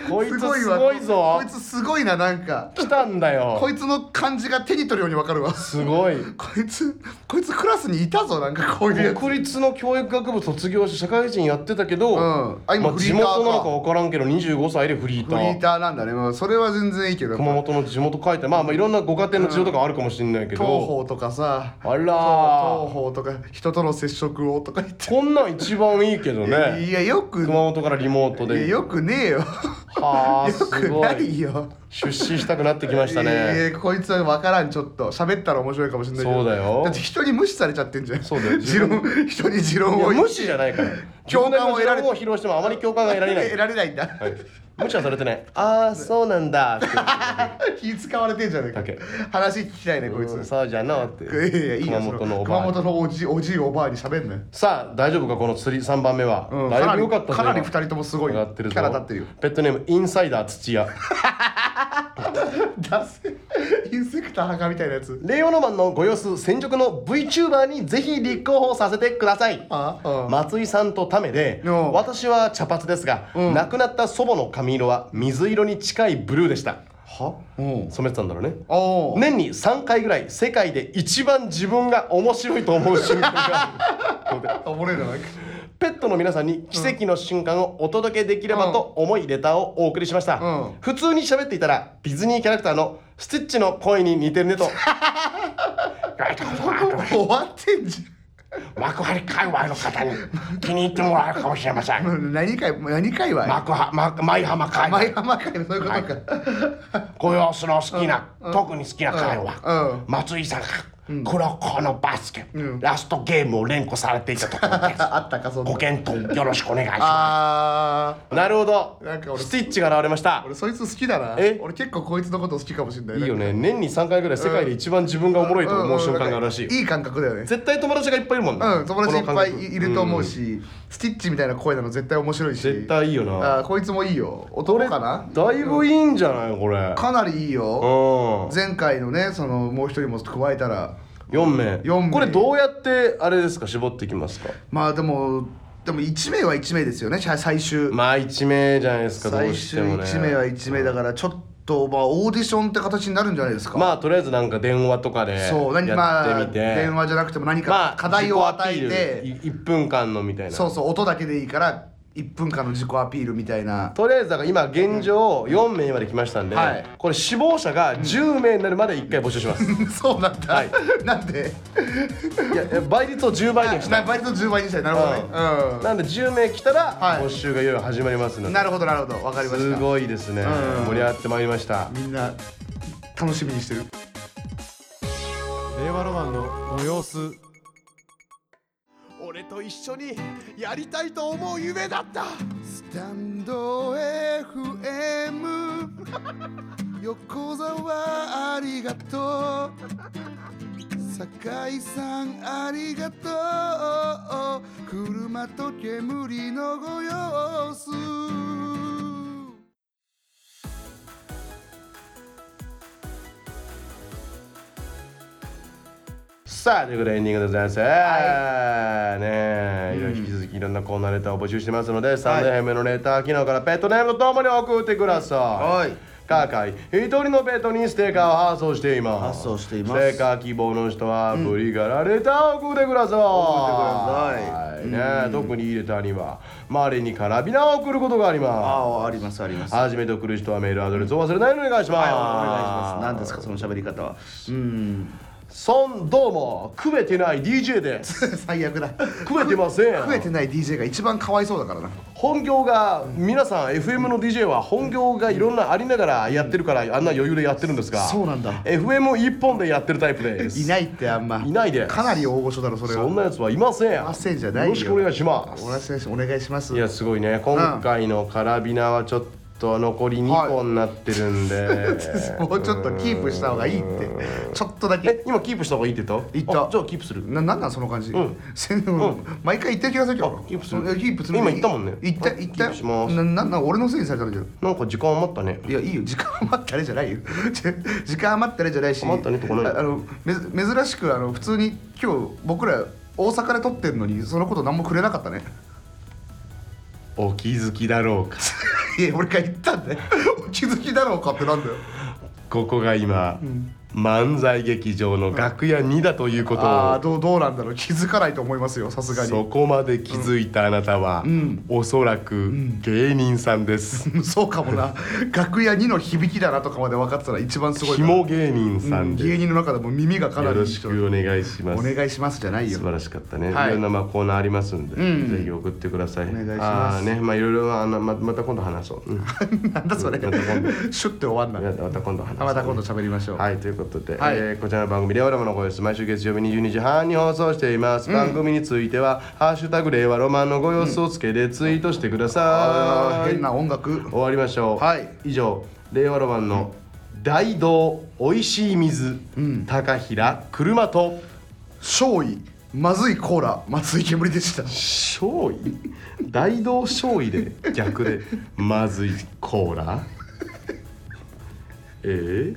Speaker 1: こいつ
Speaker 2: わ
Speaker 1: すごいぞ
Speaker 2: こいつすごいななんか
Speaker 1: 来たんだよ
Speaker 2: こいつの感じが手に取るようにわかるわ
Speaker 1: すごい
Speaker 2: こいつこいつクラスにいたぞなんかこういうやつ
Speaker 1: 国立の教育学部卒業して社会人やってたけど、
Speaker 2: うんあ今
Speaker 1: まあ、
Speaker 2: フリ
Speaker 1: 地
Speaker 2: ーターか
Speaker 1: 元なのか分からんけど25歳でフリー
Speaker 2: フ
Speaker 1: タ
Speaker 2: リ
Speaker 1: ー
Speaker 2: ーターなんだねまあそれは全然いいけど
Speaker 1: 熊本の地元書いてまあまあいろんなご家庭の事情とかあるかもしれないけ
Speaker 2: 東
Speaker 1: ど、
Speaker 2: 方とかさ
Speaker 1: あ
Speaker 2: 東
Speaker 1: ら
Speaker 2: 方とか人との接触をとか言って
Speaker 1: こんなん一番いいけどね
Speaker 2: いやよく
Speaker 1: 熊本からリモート
Speaker 2: いや
Speaker 1: で
Speaker 2: よくねえよ
Speaker 1: はあ
Speaker 2: よ
Speaker 1: す
Speaker 2: く
Speaker 1: ご
Speaker 2: ない
Speaker 1: い
Speaker 2: よ
Speaker 1: 出資したくなってきました
Speaker 2: いや
Speaker 1: ね
Speaker 2: いやこいつは分からんちょっと喋ったら面白いかもしれないけど
Speaker 1: そうだよ
Speaker 2: だって人に無視されちゃってんじゃん
Speaker 1: そうだよ
Speaker 2: 持論人に持論
Speaker 1: いや
Speaker 2: を
Speaker 1: 無視じゃないから
Speaker 2: 共感を得られ
Speaker 1: 自分の持論を披露してもあまり共感が得られない、
Speaker 2: 得られないんだ
Speaker 1: はい無視はされて ないああそうなんだって
Speaker 2: 気使われてんじゃねえか
Speaker 1: だけ
Speaker 2: 話聞きたいねこいつ
Speaker 1: うんそうじゃのって
Speaker 2: いやいやいいよ
Speaker 1: 熊本
Speaker 2: そ
Speaker 1: のおば
Speaker 2: 熊
Speaker 1: あ
Speaker 2: 本のおじおじいおばあに喋んなよ
Speaker 1: さあ大丈夫かこの釣り3番目は、
Speaker 2: うん
Speaker 1: だいぶ良かった
Speaker 2: かなりかなり二人ともすごい
Speaker 1: やってるぞ
Speaker 2: キャラ立ってるよ
Speaker 1: ペットネームインサイダー土屋
Speaker 2: ダセインセクター墓みたいなやつ
Speaker 1: レイオノマンのご様子専属の VTuber にぜひ立候補させてください
Speaker 2: ああ
Speaker 1: 松井さんとためで
Speaker 2: うん
Speaker 1: 私は茶髪ですが、
Speaker 2: うん
Speaker 1: 亡くなった祖母の髪色は水色に近いブルーでした
Speaker 2: はうん
Speaker 1: 染めてたんだろうね
Speaker 2: おお、
Speaker 1: 年に3回ぐらい世界で一番自分が面白いと思う瞬間があ る
Speaker 2: あおもろいななんか
Speaker 1: ペットの皆さんに奇跡の瞬間をお届けできればと思いレターをお送りしました、
Speaker 2: うん
Speaker 1: 普通に喋っていたらディズニーキャラクターのスティッチの声に似てるねと
Speaker 2: 終わってんじ
Speaker 1: 幕張界隈の方に気に入ってもらえるかもしれませ
Speaker 2: ゃん何回何回は
Speaker 1: 幕張ま舞浜界
Speaker 2: 前浜会のそういうことか、
Speaker 1: ご様子の好きな、特に好きな会は、
Speaker 2: うん
Speaker 1: 松井さんが黒子のバスケ、
Speaker 2: うん
Speaker 1: ラストゲームを連呼されていたところ です
Speaker 2: あったかそんな
Speaker 1: ご検討よろしくお願いしま
Speaker 2: あ
Speaker 1: すなるほど
Speaker 2: なんか俺
Speaker 1: スティッチが現れました
Speaker 2: ー俺そいつ好きだな
Speaker 1: え
Speaker 2: 俺結構こいつのこと好きかもしれない
Speaker 1: いいよね年に3回ぐらい世界で一番自分がおもろいと思う瞬間があるらしいよ
Speaker 2: いい感覚だよね
Speaker 1: 絶対友達がいっぱいいるもんね
Speaker 2: うん、友達いっぱ
Speaker 1: この感
Speaker 2: い
Speaker 1: 覚
Speaker 2: いると思う
Speaker 1: うん
Speaker 2: し、スティッチみたいな声なの絶対面白いし
Speaker 1: 絶対いいよな
Speaker 2: あーこいつもいいよ男かな
Speaker 1: だいぶいいんじゃないこれ
Speaker 2: かなりいいよ、
Speaker 1: う
Speaker 2: 前回のねそのもう一人も加えたら
Speaker 1: ん4名
Speaker 2: 四名
Speaker 1: これどうやってあれですか絞っていきますか
Speaker 2: まあでもでも1名は1名ですよね最最終、
Speaker 1: まあ1名じゃないですかど
Speaker 2: 最
Speaker 1: うして
Speaker 2: 終
Speaker 1: もね
Speaker 2: 1名は1名だからちょっとまあオーディションって形になるんじゃないですか
Speaker 1: まあとりあえずなんか電話とかでや
Speaker 2: そう何ま
Speaker 1: っ
Speaker 2: あ
Speaker 1: てみて
Speaker 2: 電話じゃなくても何
Speaker 1: ま
Speaker 2: か
Speaker 1: あ
Speaker 2: 課題を与えて、
Speaker 1: 1分間のみたいな
Speaker 2: そうそう音だけでいいから1分間の自己アピールみたいな
Speaker 1: とりあえずだから今現状4名まで来ましたんで、
Speaker 2: はい
Speaker 1: これ死亡者が10名になるまで1回募集します、
Speaker 2: そうなんだ、
Speaker 1: はい
Speaker 2: なんで
Speaker 1: いやいや倍率を10倍にはしたい
Speaker 2: なバイト10倍にしたいなるほどねうん、
Speaker 1: なんで10名来たら
Speaker 2: はい
Speaker 1: 募集がいよいよ始まりますので、
Speaker 2: なるほどなるほどわかりまし
Speaker 1: す
Speaker 2: た
Speaker 1: ごいですね、
Speaker 2: うん
Speaker 1: 盛り上がってまいりました
Speaker 2: みんな楽しみにしてる
Speaker 1: 令和ロマンのご様子俺と一緒にやりたいと思う夢だった
Speaker 2: スタンド FM 横沢ありがとう酒井さんありがとう車と煙のご様子
Speaker 1: さあということでエンディングでございます、ねえ、
Speaker 2: うん
Speaker 1: 引き続きいろんなコーナーレターを募集してますので、サンデーヘムのレター機能からペットネームとともに送ってください、
Speaker 2: はい
Speaker 1: 各回一人のペットにステッカーを発送しています
Speaker 2: 発送しています
Speaker 1: ステッカー希望の人はブリからレターを送ってください、
Speaker 2: 送ってください
Speaker 1: ねえ、特にいいレターには周りにカラビナを送ることがあります
Speaker 2: あありますあります
Speaker 1: 初めて送る人はメールアドレスを忘れないようにお願いします、
Speaker 2: 何ですかその喋り方はうん
Speaker 1: そんどうも食えてない DJ です
Speaker 2: 最悪だ
Speaker 1: 食えてません
Speaker 2: 食えてない DJ が一番かわいそうだからな
Speaker 1: 本業が皆さん FM の DJ は本業がいろんなありながらやってるからあんな余裕でやってるんですが
Speaker 2: そうなんだ
Speaker 1: FM 一本でやってるタイプです
Speaker 2: いないってあんま
Speaker 1: いないです
Speaker 2: かなり大御所だろそれは
Speaker 1: そんなやつはいません
Speaker 2: ませんじゃないよ
Speaker 1: よろしくお願いしま
Speaker 2: お願いしますお願いします
Speaker 1: すいやすごいね今回のカラビナはちょっと残り2個になってるんで、
Speaker 2: もうちょっとキープした方がいいってちょっとだけ
Speaker 1: え今キープした方がいいって言った
Speaker 2: 言った
Speaker 1: あじゃあキープする
Speaker 2: ななんなんその感じ、
Speaker 1: ん
Speaker 2: せん毎回言ってる気がするけど
Speaker 1: あキープする
Speaker 2: いやキープする
Speaker 1: 今言ったもんね
Speaker 2: 言った
Speaker 1: あ
Speaker 2: 言った
Speaker 1: キープします
Speaker 2: ななんなん俺のせいにされたんだけど
Speaker 1: なんか時間余ったね
Speaker 2: いやいいよ時間余ったねじゃないよ 時間余ったねじゃないし
Speaker 1: 余ったねとかない
Speaker 2: ああのめず珍しくあの普通に今日僕ら大阪で撮ってんのにそのこと何もくれなかったね
Speaker 1: お気づきだろうか
Speaker 2: いや俺が言ったんだよ お気づきだろうかってなんだよ
Speaker 1: ここが今、漫才劇場の楽屋2だということ
Speaker 2: ああ
Speaker 1: を
Speaker 2: どうどうなんだろう気づかないと思いますよさすがに
Speaker 1: そこまで気づいたあなたは、
Speaker 2: ん
Speaker 1: おそらく芸人さんです、
Speaker 2: うんそうかもな楽屋2の響きだなとかまで分かってたら一番 すごいな
Speaker 1: 紐芸人さ
Speaker 2: うんん
Speaker 1: です、
Speaker 2: 芸人の中でも耳がかな
Speaker 1: よ
Speaker 2: り
Speaker 1: ろ
Speaker 2: いい
Speaker 1: し
Speaker 2: 人
Speaker 1: くお願いします
Speaker 2: お願いしますじゃないよ
Speaker 1: 素晴らしかったね、
Speaker 2: はい
Speaker 1: い、ろんなまあコーナーありますんで、
Speaker 2: うん
Speaker 1: ぜひ送ってください
Speaker 2: お願いします
Speaker 1: あーねまあいろいろあのままた今度話そう、 うん、
Speaker 2: なんだそれ
Speaker 1: また今
Speaker 2: シュッて終わんな
Speaker 1: また今度話そう
Speaker 2: あまた今度喋りましょう
Speaker 1: はいということで、
Speaker 2: はい
Speaker 1: えーこちらの番組「令和ロマンのご様子」毎週月曜日22時半に放送しています、番組については「ハッシュタグ令和ロマンのご様子」をつけてツイートしてくださ
Speaker 2: あー
Speaker 1: い、
Speaker 2: 変な音楽
Speaker 1: 終わりましょう
Speaker 2: はい
Speaker 1: 以上令和ロマンの大道おいしい水、高平車と
Speaker 2: 勝意まずいコーラ松井煙でした
Speaker 1: 醤油大道醤油で逆 でまずいコーラええ